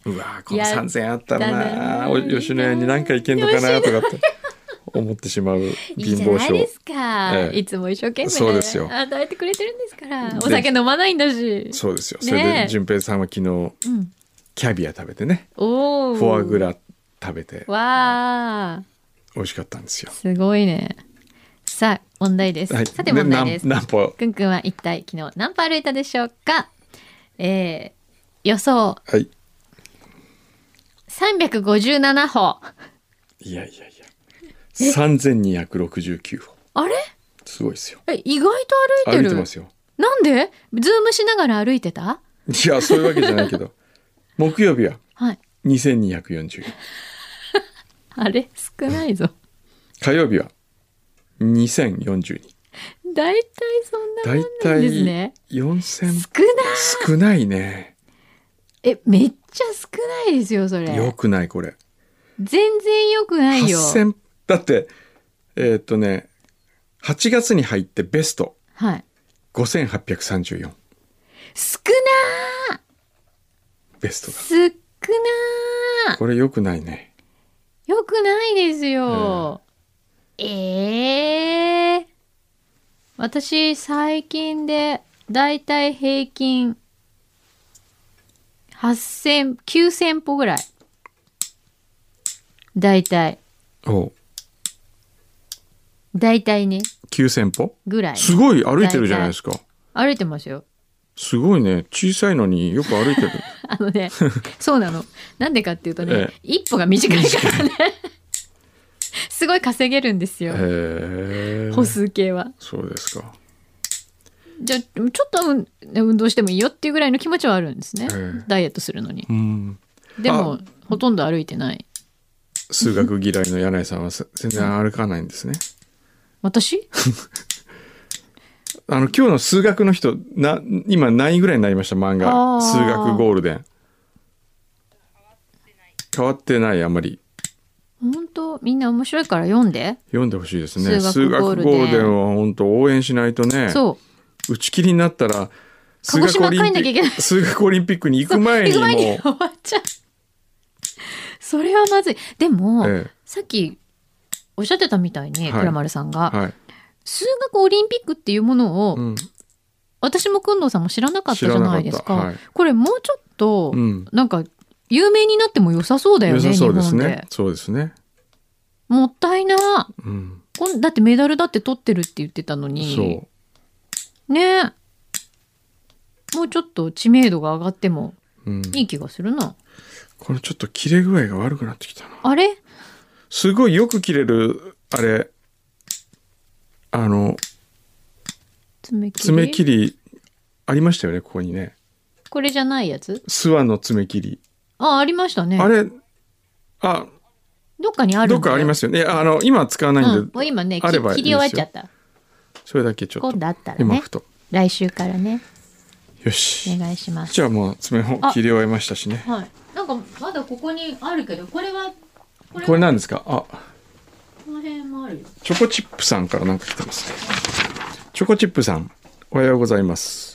Speaker 1: うわーこの
Speaker 2: や
Speaker 1: 3000円あったら
Speaker 2: だな
Speaker 1: な
Speaker 2: ー
Speaker 1: お吉野家に何か行けんのかなとかって思ってしまう
Speaker 2: いい
Speaker 1: 貧
Speaker 2: じゃ
Speaker 1: 乏
Speaker 2: ない
Speaker 1: 症。
Speaker 2: ですか、
Speaker 1: ええ
Speaker 2: いつも一生懸命
Speaker 1: そうですよ
Speaker 2: 与えてくれてるんですから
Speaker 1: で
Speaker 2: お酒飲まないんだし
Speaker 1: そうですよ。
Speaker 2: ね
Speaker 1: それで順平さんは昨日
Speaker 2: うん、
Speaker 1: キャビア食べてね、
Speaker 2: おお
Speaker 1: フォアグラ食べて
Speaker 2: わあ
Speaker 1: 美味しかったんですよ。
Speaker 2: すごいねさあ問題です、
Speaker 1: はい。
Speaker 2: さて問題です
Speaker 1: 何何歩
Speaker 2: くんくんは一体昨日何歩歩いたでしょうかえー、予想
Speaker 1: はい。
Speaker 2: 357歩
Speaker 1: いやいやいや。三千二百六十九歩。
Speaker 2: あれ
Speaker 1: すごいですよ。
Speaker 2: え意外と歩いて
Speaker 1: 歩
Speaker 2: る
Speaker 1: いてますよ。
Speaker 2: なんでズームしながら歩いてた
Speaker 1: いやそういうわけじゃないけど 木曜日は
Speaker 2: はい。
Speaker 1: 2240円
Speaker 2: あれ少ないぞ。
Speaker 1: 火曜日は2040 円
Speaker 2: 大体そんなも
Speaker 1: だ
Speaker 2: ん
Speaker 1: い
Speaker 2: な
Speaker 1: た
Speaker 2: んです
Speaker 1: い
Speaker 2: ね。
Speaker 1: 4000
Speaker 2: 少ない
Speaker 1: 少ないね
Speaker 2: え、めっちゃ少ないですよ、それ。
Speaker 1: よくないこれ
Speaker 2: 全然よくないよ。
Speaker 1: 8000だってえーっとね8月に入ってベスト
Speaker 2: はい。
Speaker 1: 5834
Speaker 2: 少なー
Speaker 1: ベストだ
Speaker 2: 少なー
Speaker 1: これよくないね
Speaker 2: よくないですよ。ええー。私、最近で、だいたい平均、8000、9000歩ぐらい。だいたい。
Speaker 1: おう
Speaker 2: だいたいね。
Speaker 1: 9000歩
Speaker 2: ぐらい。
Speaker 1: すごい歩いてるじゃないですか
Speaker 2: 歩いてますよ。
Speaker 1: すごいね小さいのによく歩い てる
Speaker 2: あの ね、そうなの。なんでかっていうとね、
Speaker 1: ええ
Speaker 2: 一歩が短いからね。 すごい稼げるんですよ。
Speaker 1: へえ
Speaker 2: 歩数計は。
Speaker 1: そうですか
Speaker 2: じゃあ、ちょっとうん運動してもいいよっていうぐらいの気持ちはあるんですね。
Speaker 1: ええ
Speaker 2: ダイエットするのに
Speaker 1: う。ん
Speaker 2: でも、ほとんど歩いてない。
Speaker 1: 数学嫌いの柳井さんはす全然歩かないんですね
Speaker 2: 私
Speaker 1: あの今日の数学の人な今何位ぐらいになりました漫
Speaker 2: あー
Speaker 1: 画数学ゴールデン変わってないあんまり
Speaker 2: 本当みんな面白いから読んで。
Speaker 1: 読んでほしいですね
Speaker 2: 数
Speaker 1: 数
Speaker 2: 学
Speaker 1: 学
Speaker 2: ゴ
Speaker 1: ゴ
Speaker 2: ー
Speaker 1: ー
Speaker 2: ル
Speaker 1: ル
Speaker 2: デン
Speaker 1: デンは本当応援しないとね
Speaker 2: そう。
Speaker 1: 打ち切りになったら数
Speaker 2: 鹿児島
Speaker 1: 学オリン
Speaker 2: 帰んなきゃい
Speaker 1: ピ
Speaker 2: けない
Speaker 1: ック数学オリンピックに行く前に
Speaker 2: 行く
Speaker 1: も
Speaker 2: 前 に終わっちゃう。それはまずい。でも、
Speaker 1: ええ
Speaker 2: さっきおっしゃってたみたいに、
Speaker 1: はい
Speaker 2: 倉丸さんが、
Speaker 1: はい、
Speaker 2: 数学オリンピックっていうものを、
Speaker 1: うん
Speaker 2: 私も工藤さんも知らなかったじゃないですか。
Speaker 1: 知らなかったはい
Speaker 2: これもうちょっと、
Speaker 1: うん、
Speaker 2: なんか、有名になっても良さそうだよ
Speaker 1: 良
Speaker 2: ね、
Speaker 1: さ
Speaker 2: 日
Speaker 1: そうです
Speaker 2: 本
Speaker 1: ね
Speaker 2: で。
Speaker 1: そうですね、
Speaker 2: もったいな。
Speaker 1: うん、
Speaker 2: こんだってメダルだって取ってるって言ってたのに
Speaker 1: そ。
Speaker 2: ねもうちょっと知名度が上がっても
Speaker 1: う、うん、
Speaker 2: いい気がするな。
Speaker 1: これちょっと切れ具合が悪くなってきたな
Speaker 2: あれ
Speaker 1: すごいよく切れるあれあの
Speaker 2: 爪切り
Speaker 1: 爪切りありましたよねここにね
Speaker 2: これじゃないやつ
Speaker 1: 諏訪の爪切り、
Speaker 2: あ、ありましたね。
Speaker 1: あれあ
Speaker 2: どっかにあるんだ
Speaker 1: ど
Speaker 2: よ
Speaker 1: っかありますよねいやあの今は使わないんで、
Speaker 2: うん、もう今ね、き
Speaker 1: あればい
Speaker 2: 切
Speaker 1: い
Speaker 2: り
Speaker 1: で
Speaker 2: 終
Speaker 1: すよ
Speaker 2: わっちゃった。
Speaker 1: それだけちょっと
Speaker 2: 今度あったら
Speaker 1: 今
Speaker 2: ね
Speaker 1: ふ。と
Speaker 2: 来週からね、
Speaker 1: よ
Speaker 2: お
Speaker 1: し
Speaker 2: 願いします。
Speaker 1: じゃあもう爪を切り終えましたしね
Speaker 2: はい。なんか、まだここにあるけど、これは、これ
Speaker 1: こ
Speaker 2: は
Speaker 1: れ何ですかあ
Speaker 2: この辺もあるよ。
Speaker 1: チョコチップさんからなんか来てますね。チョコチップさん、おはようございます。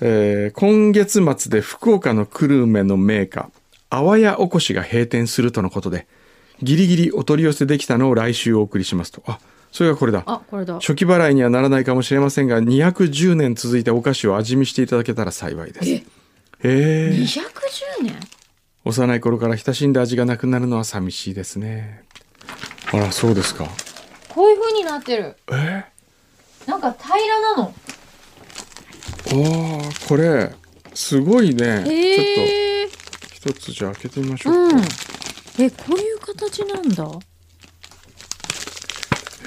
Speaker 1: えー今月末で福岡の久留米のメーカー、あわやおこしが閉店するとのことで、ギリギリお取り寄せできたのを来週お送りしますと。あ、それがこれだ。
Speaker 2: あ、これだ。
Speaker 1: 初期払いにはならないかもしれませんが、210年続いたお菓子を味見していただけたら幸いです。へ
Speaker 2: え
Speaker 1: えー
Speaker 2: 210年
Speaker 1: 幼い頃から親しんだ味がなくなるのは寂しいですね。あら、そうですか。
Speaker 2: こういう風になってる。
Speaker 1: えー
Speaker 2: なんか平らなの。
Speaker 1: ああこれすごいね、ちょっ
Speaker 2: へえー。
Speaker 1: と一つじゃあ開けてみましょうか、
Speaker 2: うん
Speaker 1: へ。
Speaker 2: え、こういう形なんだ。も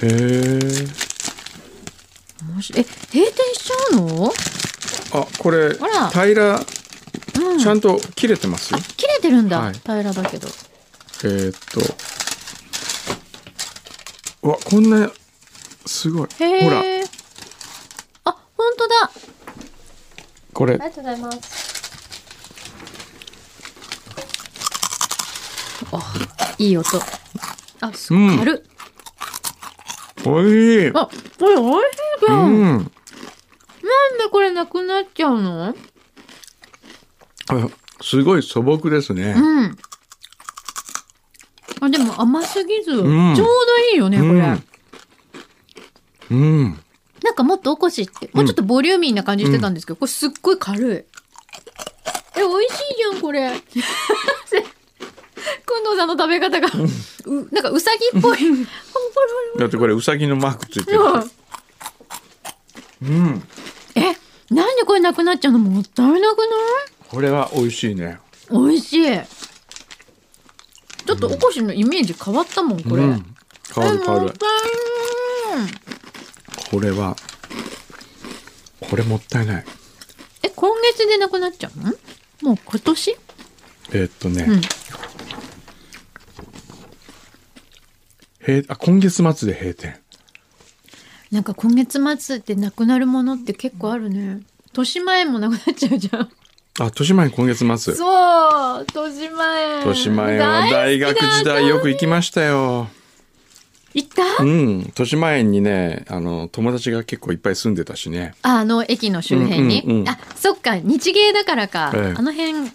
Speaker 1: え
Speaker 2: し、え、閉店しちゃうの
Speaker 1: あこれ
Speaker 2: ほら
Speaker 1: 平ら
Speaker 2: うん。
Speaker 1: ちゃんと切れてます、え
Speaker 2: 切れてるんだ。
Speaker 1: はい
Speaker 2: 平らだけど。
Speaker 1: ーっとうわこんなすごい
Speaker 2: へ
Speaker 1: ほら
Speaker 2: え。あ、本当だ。
Speaker 1: これ
Speaker 2: ありがとうございます。あ、いい音。あ、す
Speaker 1: うん
Speaker 2: 軽っ。
Speaker 1: おいしい
Speaker 2: あ、これ美味しいじゃ。
Speaker 1: うん
Speaker 2: なん
Speaker 1: ん
Speaker 2: でこれなくなっちゃうの？
Speaker 1: あすごい素朴ですね、
Speaker 2: うん。あ、でも甘すぎず、
Speaker 1: ん
Speaker 2: ちょうどいいよねこれ、
Speaker 1: うんうん
Speaker 2: なんかもっとおこしって、もうちょっとボリューミーな感じしてたんですけど、これすっごい軽い。え、美味しいじゃんこ れ。近藤さんの食べ方が、うなんかうさぎっぽい。ほんほろ
Speaker 1: だってこれうさぎのマークついてる
Speaker 2: ほろ
Speaker 1: うん
Speaker 2: え、なんでこれなくなっちゃうのもったいなく
Speaker 1: これは美味しいね
Speaker 2: ない美味しい。ちょっとおこしのイメージ変わったもん、これ。
Speaker 1: うん、変わる変
Speaker 2: え
Speaker 1: わ
Speaker 2: もっ
Speaker 1: る
Speaker 2: たいない
Speaker 1: これはこれもったいない
Speaker 2: え今月でなくなっちゃうのもう今年
Speaker 1: えーっとね、
Speaker 2: うん
Speaker 1: 閉あ今月末で閉店
Speaker 2: なんか今月末ってなくなるものって結構あるね年前もなくなっちゃうじ ゃん
Speaker 1: あ豊島園今月末
Speaker 2: そう年前
Speaker 1: 豊島園は大学時代よく行きましたよ
Speaker 2: 行った
Speaker 1: うん豊島園にねあの友達が結構いっぱい住んでたしね
Speaker 2: ああの駅の周辺に、
Speaker 1: うんうんうん
Speaker 2: あそっか日芸だからか、
Speaker 1: ええ
Speaker 2: あの辺の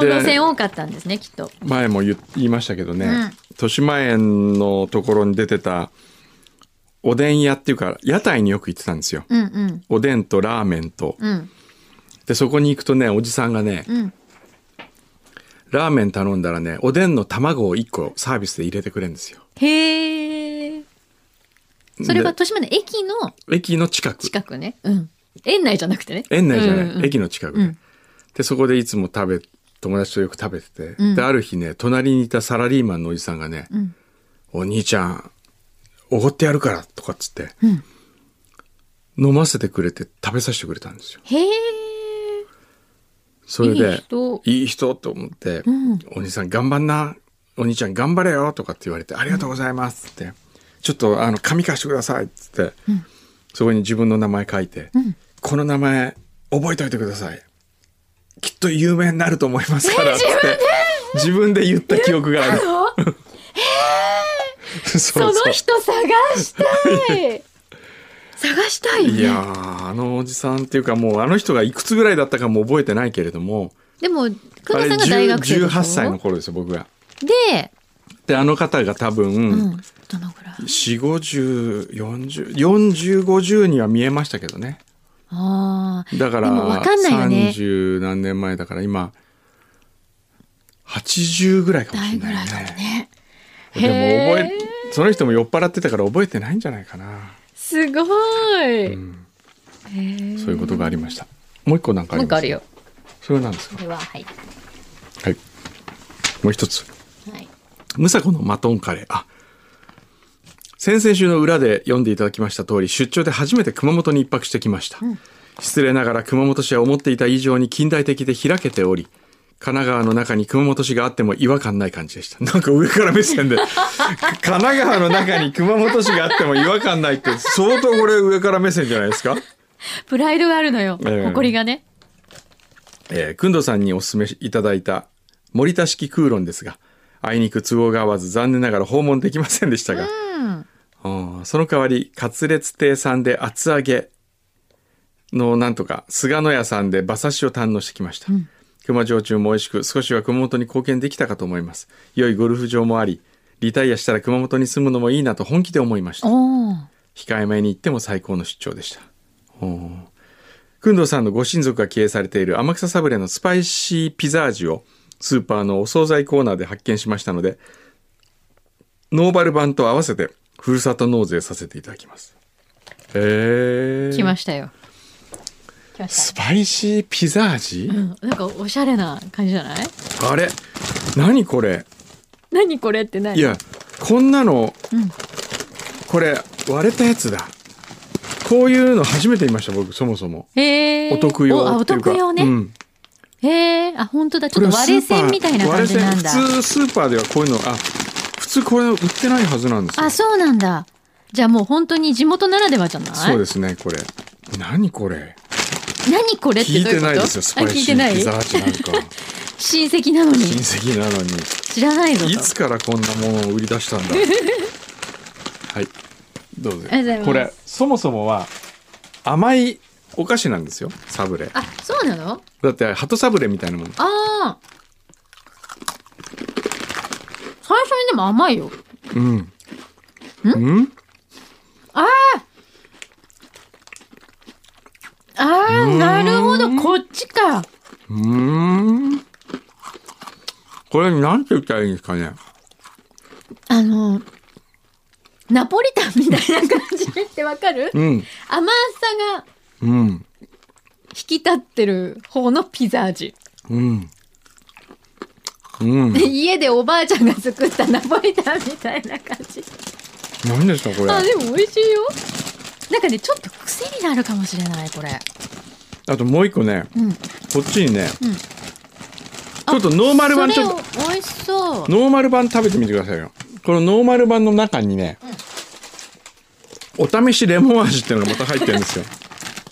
Speaker 1: で
Speaker 2: 路線多かったんですねきっと
Speaker 1: 前も言言いましたけどね、
Speaker 2: うん
Speaker 1: 豊島園のところに出てたおでん屋っていうか屋台によく行ってたんですよ
Speaker 2: うんうん
Speaker 1: おでんとラーメンと
Speaker 2: うん
Speaker 1: でそこに行くとねおじさんがね
Speaker 2: うん
Speaker 1: ラーメン頼んだらねおでんの卵を1個サービスで入れてくれるんですよ
Speaker 2: へえそれは
Speaker 1: で
Speaker 2: 豊島の駅の
Speaker 1: 駅の近く
Speaker 2: 近くねうん園内じゃなくてね
Speaker 1: 園内じゃない、
Speaker 2: うんうん
Speaker 1: 駅の近くで,、
Speaker 2: うん
Speaker 1: でそこでいつも食べ友達とよく食べてて、
Speaker 2: うん
Speaker 1: である日ね隣にいたサラリーマンのおじさんがね「
Speaker 2: ん
Speaker 1: お兄ちゃんおごってやるから」とかっつって、
Speaker 2: うん
Speaker 1: 飲ませてくれて食べさせてくれたんですよ
Speaker 2: へえ
Speaker 1: それ
Speaker 2: いい
Speaker 1: で
Speaker 2: 人
Speaker 1: いい人と思って、
Speaker 2: ん
Speaker 1: お兄さん頑張んなお兄ちゃん頑張れよ」とかって言われて「ありがとうございます」って「ちょっとあの紙貸してください」っつって、そこに自分の名前書いて、この名前覚えておいてくださいきっと有名になると思いますから」っつって、自分で言った記憶がある そう
Speaker 2: そ
Speaker 1: そ
Speaker 2: の
Speaker 1: う
Speaker 2: 人探したい 探したいよね
Speaker 1: いやーあのおじさんっていうかもうあの人がいくつぐらいだったかも覚えてないけれども
Speaker 2: でも久野
Speaker 1: あれ
Speaker 2: さんが大学生でしょ
Speaker 1: 18歳の頃ですよ僕が。
Speaker 2: で、
Speaker 1: であの方が多
Speaker 2: う
Speaker 1: 分
Speaker 2: ん、どのぐらい
Speaker 1: 4 5 0 4 0 4 0 5 0には見えましたけどね
Speaker 2: ああ
Speaker 1: だか
Speaker 2: でも
Speaker 1: ら
Speaker 2: わかんないよね
Speaker 1: 30何年前だから今80ぐらいかもし
Speaker 2: 大
Speaker 1: れ
Speaker 2: ぐ
Speaker 1: ない
Speaker 2: ら
Speaker 1: ね
Speaker 2: いかもね
Speaker 1: でも覚
Speaker 2: へー
Speaker 1: えその人も酔っ払ってたから覚えてないんじゃないかな、
Speaker 2: すごい、
Speaker 1: ん
Speaker 2: へえ
Speaker 1: そういうことがありましたもう一個なんかあ
Speaker 2: もう
Speaker 1: り
Speaker 2: 一個
Speaker 1: ま
Speaker 2: あ
Speaker 1: す
Speaker 2: るよ
Speaker 1: それは何ですか
Speaker 2: でははい、
Speaker 1: はいもう一つ
Speaker 2: はい、
Speaker 1: ムサコのマトンカレー。あ先々週の裏で読んでいただきました通り、出張で初めて熊本に一泊してきました。失礼ながら熊本市は思っていた以上に近代的で開けており、神奈川の中に熊本市があっても違和感ない感じでした。なんか上から目線で、神奈川の中に熊本市があっても違和感ないって、相当これ上から目線じゃないですか
Speaker 2: プライドがあるのよ、
Speaker 1: ええ
Speaker 2: 誇りがね
Speaker 1: えー、くんどさんにお勧めいただいた森田式空論ですが、あいにく都合が合わず残念ながら訪問できませんでしたが、うんその代わり、カツレツ亭さんで厚揚げのなんとか、菅野屋さんで馬刺しを堪能してきました。熊焼酎も美味しく、少しは熊本に貢献できたかと思います。良いゴルフ場もあり、リタイアしたら熊本に住むのもいいなと本気で思いました。
Speaker 2: おお
Speaker 1: 控えめに行っても最高の出張でした。くんどさんのご親族が経営されている天草サブレのスパイシーピザ味をスーパーのお惣菜コーナーで発見しましたので、ノーバル版と合わせてふるさと納税させていただきます。へえ。
Speaker 2: 来ましたよ来まし
Speaker 1: スパイシーピザ味、
Speaker 2: た、うん、なんかおしゃれな感じじゃない
Speaker 1: あれ何これ
Speaker 2: 何これってない
Speaker 1: いや、こんなの、
Speaker 2: ん
Speaker 1: これ割れたやつだ。こういうの初めて見ました、僕、そもそも。
Speaker 2: へえ
Speaker 1: お得用
Speaker 2: あお
Speaker 1: っていうか
Speaker 2: 得用ね、
Speaker 1: うん
Speaker 2: へえあ本当だち
Speaker 1: こ
Speaker 2: ょ
Speaker 1: れ
Speaker 2: っと
Speaker 1: はス
Speaker 2: 割れ
Speaker 1: ーパー
Speaker 2: 線みたいな感じなんだ
Speaker 1: 割れ線普通スーパーではこういうのあ普通これ売ってないはずなんですよ
Speaker 2: あそうなんだじゃあもう本当に地元ならではじゃない
Speaker 1: そうですねこれ何これ
Speaker 2: 何これって
Speaker 1: 聞い
Speaker 2: どういうこ
Speaker 1: て
Speaker 2: と
Speaker 1: ないですよスパイ
Speaker 2: あ聞い
Speaker 1: シ
Speaker 2: てな
Speaker 1: ー
Speaker 2: い
Speaker 1: ピザ味なんか
Speaker 2: 親戚なのに
Speaker 1: 親戚なの
Speaker 2: 知らないぞと
Speaker 1: にいつからこんなものを売り出した んだはいどうぞ
Speaker 2: ありがとうご
Speaker 1: こ
Speaker 2: ざいま
Speaker 1: れそもそもは甘いお菓子なんですよサブレ
Speaker 2: あそうなの
Speaker 1: だって鳩サブレみたいなもん
Speaker 2: ああ最初にでも甘いよ
Speaker 1: うんうん
Speaker 2: ああなるほどこっちか
Speaker 1: うーんこれなんて言ったらいいんですかね
Speaker 2: あのナポリタンみたいな感じってわかる
Speaker 1: うん
Speaker 2: 甘さが
Speaker 1: うん
Speaker 2: 引き立ってる方のピザ味
Speaker 1: うん。うん。
Speaker 2: で 家でおばあちゃんが作ったナポリタンみたいな感じ
Speaker 1: 何ですかこれ。
Speaker 2: あでも美味しいよなんかねちょっと癖になるかもしれないこれ
Speaker 1: あともう一個ね
Speaker 2: うん
Speaker 1: こっちにね、
Speaker 2: うん
Speaker 1: ちょっとノーマル
Speaker 2: そ
Speaker 1: 版ち
Speaker 2: れ
Speaker 1: ょっ
Speaker 2: を
Speaker 1: と
Speaker 2: 美味しそう
Speaker 1: ノーマル版食べてみてくださいよこのノーマル版の中にね、お試しレモン味っていうのがまた入ってるんで すよ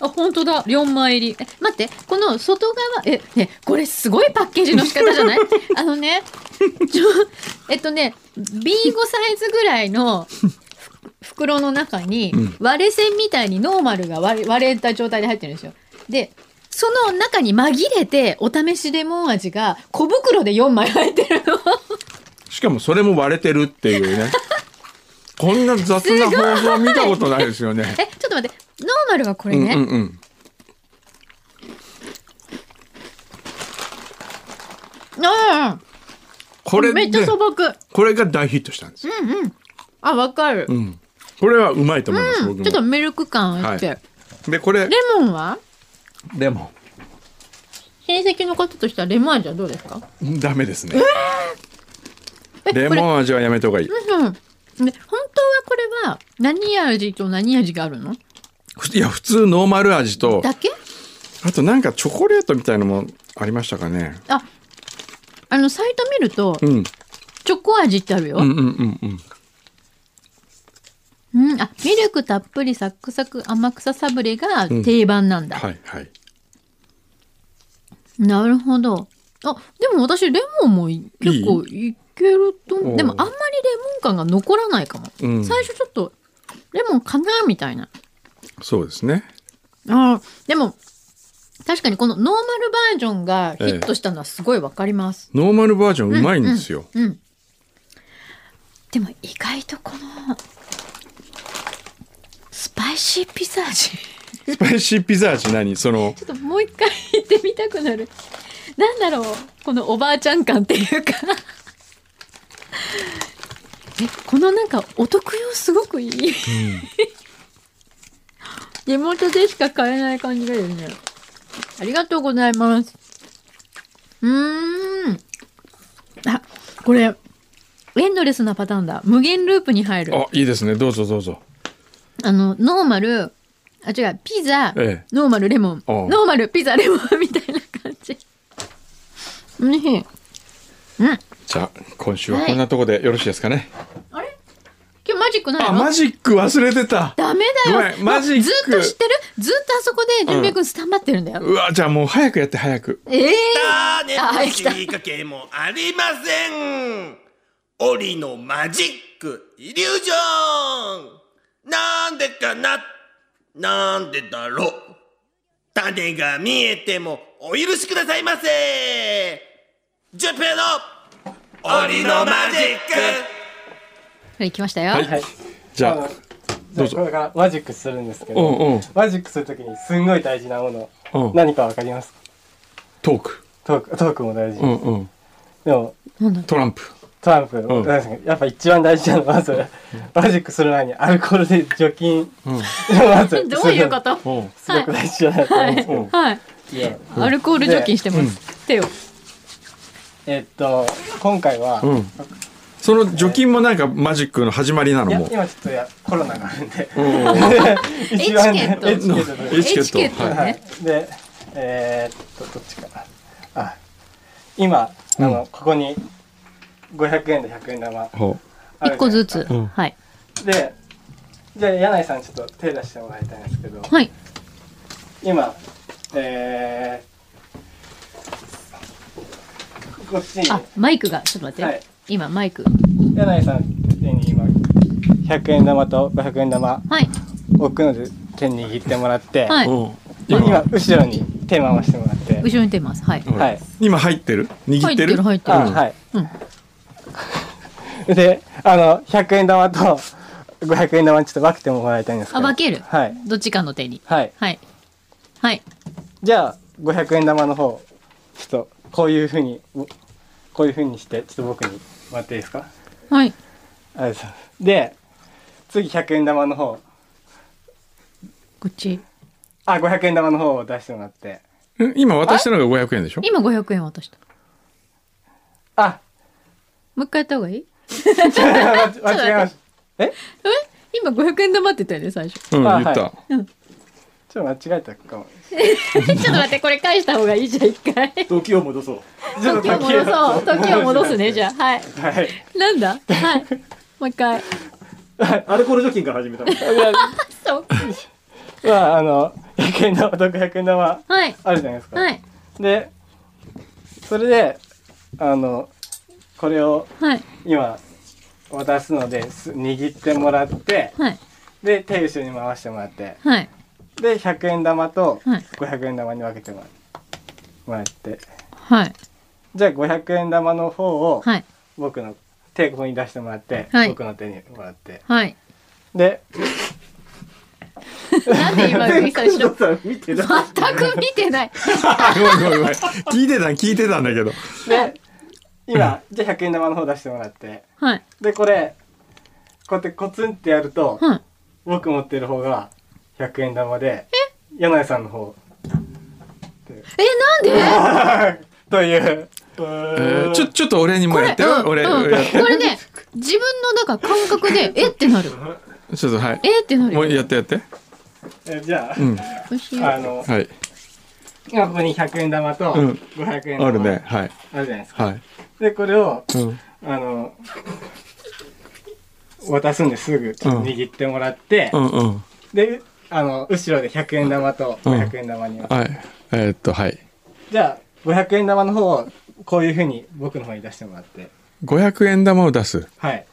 Speaker 2: あ本当だ4枚入りえ待ってこの外側えねこれすごいパッケージの仕方じ ゃないあのねちょえっとね B5 サイズぐらいのふ袋の中に
Speaker 1: ん
Speaker 2: 割れ線みたいにノーマルが割れ割れた状態で入ってるんですよでその中に紛れてお試しレモン味が小袋で4枚入って るの
Speaker 1: しかもそれも割れてるっていうねこんな雑な包装見たことないですよね
Speaker 2: えちょっと待ってノーマルがこれね、
Speaker 1: うんうんうん
Speaker 2: ああ
Speaker 1: これ
Speaker 2: めっちゃ
Speaker 1: で
Speaker 2: 素朴
Speaker 1: これが大ヒットしたんですよ、
Speaker 2: あわかる、
Speaker 1: うんこれはうまいと思います、
Speaker 2: うん、ちょっ
Speaker 1: 僕
Speaker 2: と
Speaker 1: も
Speaker 2: ミルク感あって、
Speaker 1: はでこれ
Speaker 2: レモンは
Speaker 1: レモ
Speaker 2: 親戚の方としてはレモン味はどうですか
Speaker 1: ン ダメですね
Speaker 2: え
Speaker 1: レ
Speaker 2: こ
Speaker 1: モン味はやめた方がいい
Speaker 2: れうんで本当はこれは何味と何味があるの
Speaker 1: いや普通ノーマル味と
Speaker 2: だけ
Speaker 1: あとなんかチョコレートみたいのもありましたかね
Speaker 2: ああのサイト見ると
Speaker 1: うん
Speaker 2: チョコ味ってあるよ、
Speaker 1: うんうんうんうん
Speaker 2: うんあミルクたっぷりサックサク甘草サブレが定番なんだ、
Speaker 1: はいはい
Speaker 2: なるほどあでも私レモンもい結構いけると思
Speaker 1: お
Speaker 2: う
Speaker 1: う
Speaker 2: でもあんまりレモン感が残らないかも、
Speaker 1: うん
Speaker 2: 最初ちょっとレモンかなみたいな
Speaker 1: そうですね
Speaker 2: あーでも確かにこのノーマルバージョンがヒットしたのはすごいわかります、
Speaker 1: ノーマルバージョンうまいんですよ、
Speaker 2: うんでも意外とこのスパイシーピザ味ち
Speaker 1: スパイシーピザ味何その
Speaker 2: ょっともう一回行ってみたくなるなんだろうこのおばあちゃん感っていうかえこのなんかお得用すごくいい、地元でしか買えない感じがいいよねありがとうございますうーんあこれエンドレスなパターンだ無限ループに入る
Speaker 1: あいいですねどうぞどうぞ
Speaker 2: あのノーマルあ違うピザ、
Speaker 1: ええ
Speaker 2: ノーマルレモン
Speaker 1: ああ
Speaker 2: ノーマルピザレモンみたいな感じおいしいうん
Speaker 1: じゃあ今週はこんなとこでよろしいですかね、
Speaker 2: あれ今日マジックない
Speaker 1: あ
Speaker 2: の
Speaker 1: マジック忘れてた
Speaker 2: ダメだ
Speaker 1: ご
Speaker 2: よ
Speaker 1: めんマジック
Speaker 2: ずっと知ってるずっとあそこで純平くんスタンバってるんだよ、
Speaker 1: うわじゃあもう早くやって早く
Speaker 2: ええ
Speaker 3: 種
Speaker 2: あ
Speaker 3: も
Speaker 2: 来た
Speaker 3: 仕掛けもありません檻のマジックイリュージョンなんでかななんでだろう種が見えてもお許しくださいませジュンペイの檻のマジック
Speaker 2: はい来ましたよ、
Speaker 1: はいじ
Speaker 4: あ
Speaker 1: ゃ
Speaker 4: の
Speaker 1: あ
Speaker 4: じ
Speaker 1: どう
Speaker 4: ゃあ
Speaker 1: ぞ
Speaker 4: これからマジックするんです
Speaker 1: う
Speaker 4: け
Speaker 1: ん
Speaker 4: ど
Speaker 1: うん
Speaker 4: マジックするときにすんごい大事なもの
Speaker 1: うん
Speaker 4: 何かわかりますか
Speaker 1: トーク
Speaker 4: トークトークも大事
Speaker 1: うんうん
Speaker 4: でも
Speaker 2: なんだ
Speaker 1: トランプ
Speaker 4: トランプ
Speaker 1: ん
Speaker 4: なんですかやっぱ一番大事なのはまずマジックする前にアルコールで除菌
Speaker 1: ん
Speaker 4: まず
Speaker 2: どういう こと
Speaker 1: おう
Speaker 4: すごく大事だなと思うんですけど
Speaker 2: はい
Speaker 4: いや
Speaker 2: アルコール除菌してます、手を
Speaker 4: えっと今回は
Speaker 1: うんその除菌もなんかマジックの始まりないの
Speaker 4: や
Speaker 1: もう
Speaker 4: 今ちょっとやコロナがあるんで
Speaker 1: うんうん
Speaker 4: 一番
Speaker 2: エチケット
Speaker 4: エチケットで
Speaker 1: エチケット
Speaker 2: エチケットね
Speaker 4: はい、でえー、っとどっちかなあ今あの、ここに500円と100円玉
Speaker 1: ほ
Speaker 4: ある
Speaker 2: 一個ずつ、
Speaker 1: うん
Speaker 2: はい
Speaker 4: でじゃあ柳井さんちょっと手出してもらいたいんですけど
Speaker 2: はい
Speaker 4: 今えー、こっちに
Speaker 2: あマイクがちょっと待って、
Speaker 4: はい
Speaker 2: 今マイク
Speaker 4: 柳井さん手に今100円玉と500円玉
Speaker 2: はい
Speaker 4: 置くので手に握ってもらって、
Speaker 1: う
Speaker 2: はい、
Speaker 1: おう
Speaker 4: で今
Speaker 1: 今
Speaker 4: 後ろに手回してもらって
Speaker 2: 後ろに出ますはい
Speaker 1: うん
Speaker 4: はい
Speaker 1: 今入ってる握
Speaker 2: 入っ
Speaker 1: ってて
Speaker 2: る
Speaker 1: る
Speaker 2: 入ってる
Speaker 4: あ、
Speaker 1: うん
Speaker 4: はい、
Speaker 2: うん
Speaker 4: であの100円玉と500円玉ちょっと分けてもらいたいんですけど
Speaker 2: あ分ける
Speaker 4: はい
Speaker 2: どっちかの手に
Speaker 4: はい
Speaker 2: はいはい
Speaker 4: じゃあ500円玉の方ちょっとこういうふうにおこういうふうにしてちょっと僕にもらっていいですか
Speaker 2: はい
Speaker 4: あそうで次100円玉の方
Speaker 2: こっち
Speaker 4: あ500円玉の方を出してもらって
Speaker 1: うん今渡したのが500円でしょ
Speaker 2: 今500円渡した
Speaker 4: あ
Speaker 2: もう一回やった方がいい
Speaker 4: 間違えましたえ
Speaker 2: え今500円玉って言ったよね最初
Speaker 1: うん、
Speaker 4: あ
Speaker 1: 言った、
Speaker 4: はちょっと間違えたかも
Speaker 2: ちょっと待ってこれ返した方がいいじゃん一回
Speaker 4: 時を戻そう時
Speaker 2: 時を戻そう時を戻すねじゃあはい
Speaker 4: あはい
Speaker 2: なんだはいもう一回
Speaker 5: アルコール除菌から始めたの。
Speaker 2: そう
Speaker 4: まああの100円玉と500円玉
Speaker 2: はい
Speaker 4: あるじゃないですか、
Speaker 2: はい
Speaker 4: でそれであのこれを
Speaker 2: はい
Speaker 4: 今渡すのです握ってもらって
Speaker 2: はい
Speaker 4: で手後ろに回してもらって
Speaker 2: はい
Speaker 4: で100円玉と
Speaker 2: はい
Speaker 4: 500円玉に分けてもらって
Speaker 2: はい
Speaker 4: じゃあ500円玉の方を
Speaker 2: はい
Speaker 4: 僕の手ここに出してもらって、
Speaker 2: はい
Speaker 4: 僕の手にもらって
Speaker 2: はい
Speaker 4: で
Speaker 2: なんで 今グリさんしろ
Speaker 5: さん見てない。
Speaker 2: 全く見てない
Speaker 1: あごめんごめんごめん聞いてた聞いてたんだけど
Speaker 4: で今じゃあ100円玉の方出してもらって
Speaker 2: はい
Speaker 4: でこれこうやってコツンってやると
Speaker 2: はい
Speaker 4: 僕持ってる方が100円玉で柳井さんの方
Speaker 2: えなんで
Speaker 4: という
Speaker 1: えーちょちょっと俺にもやってよ俺、
Speaker 2: うん
Speaker 1: 俺やって
Speaker 2: これね自分のなんか感覚でえって なる
Speaker 1: ちょっとはい
Speaker 2: えってな
Speaker 1: もう
Speaker 2: る
Speaker 1: やってやって
Speaker 4: えじゃあ、
Speaker 1: うん
Speaker 2: 美味しい
Speaker 4: あ
Speaker 2: よ
Speaker 4: の
Speaker 1: はい
Speaker 4: 今ここに100円玉と
Speaker 1: うん
Speaker 4: 500円玉、
Speaker 1: あるねはい
Speaker 4: あるじゃないですか
Speaker 1: はい、
Speaker 4: でこれを
Speaker 1: うん、
Speaker 4: あの渡すんですぐちょっと握ってもらって、
Speaker 1: うんうん
Speaker 4: であの後ろで100円玉と
Speaker 1: うん
Speaker 4: 500円玉に、
Speaker 1: はいえーっとはい
Speaker 4: じゃあ500円玉の方をこういうふうに僕の方に出してもらって
Speaker 1: 500円玉を出す
Speaker 4: はい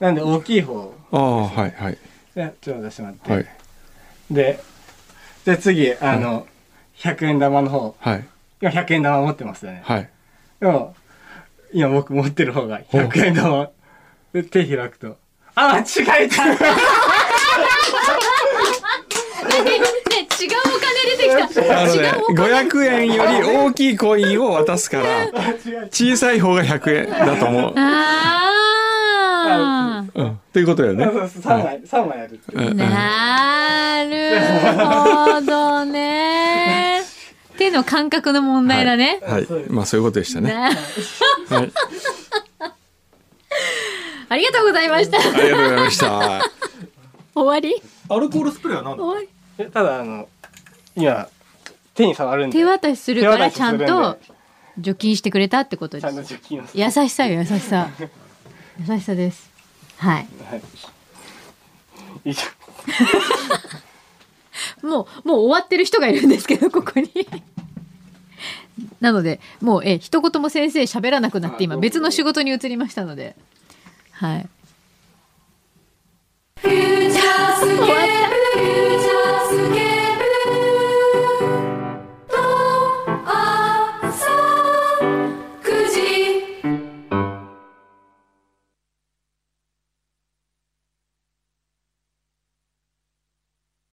Speaker 4: なんで大きい方を
Speaker 1: ああはいはい
Speaker 4: じゃあちょっと出してもらって、
Speaker 1: はい
Speaker 4: でじゃあ次あの、100円玉の方
Speaker 1: はい
Speaker 4: 今100円玉持ってますよね、
Speaker 1: はい
Speaker 4: でも今僕持ってる方が100円玉で手開くとあ間違 えた
Speaker 2: ねね違うお金出てきた
Speaker 1: あのね
Speaker 2: 違うお金
Speaker 1: 500円より大きいコインを渡すから小さい方が100円だと思う、
Speaker 2: あ
Speaker 1: うん、ということだよね
Speaker 4: そうそう3枚、三枚やるって。
Speaker 1: うんう
Speaker 2: あな
Speaker 1: ん
Speaker 2: るほどね手の感覚の問題だね、
Speaker 1: はいまあそういうことでしたね
Speaker 2: な
Speaker 1: はい
Speaker 2: ありがとうございました
Speaker 1: ありがとうございました
Speaker 2: 終わり
Speaker 5: アルコールスプレーは何だ
Speaker 2: 終わり
Speaker 4: えただあの今手に触るんで
Speaker 2: 手渡しするからちゃん
Speaker 4: 手渡
Speaker 2: と
Speaker 4: しするん
Speaker 2: 除菌してくれたってこと
Speaker 4: でち
Speaker 2: で
Speaker 4: ゃんと
Speaker 2: す
Speaker 4: 除菌をする
Speaker 2: 優しさよ優しさ優しさですはい
Speaker 4: はい以上
Speaker 2: もう、もう終わってる人がいるんですけど、ここに。なので、もう、え、一言も先生喋らなくなって、今別の仕事に移りましたので。はい。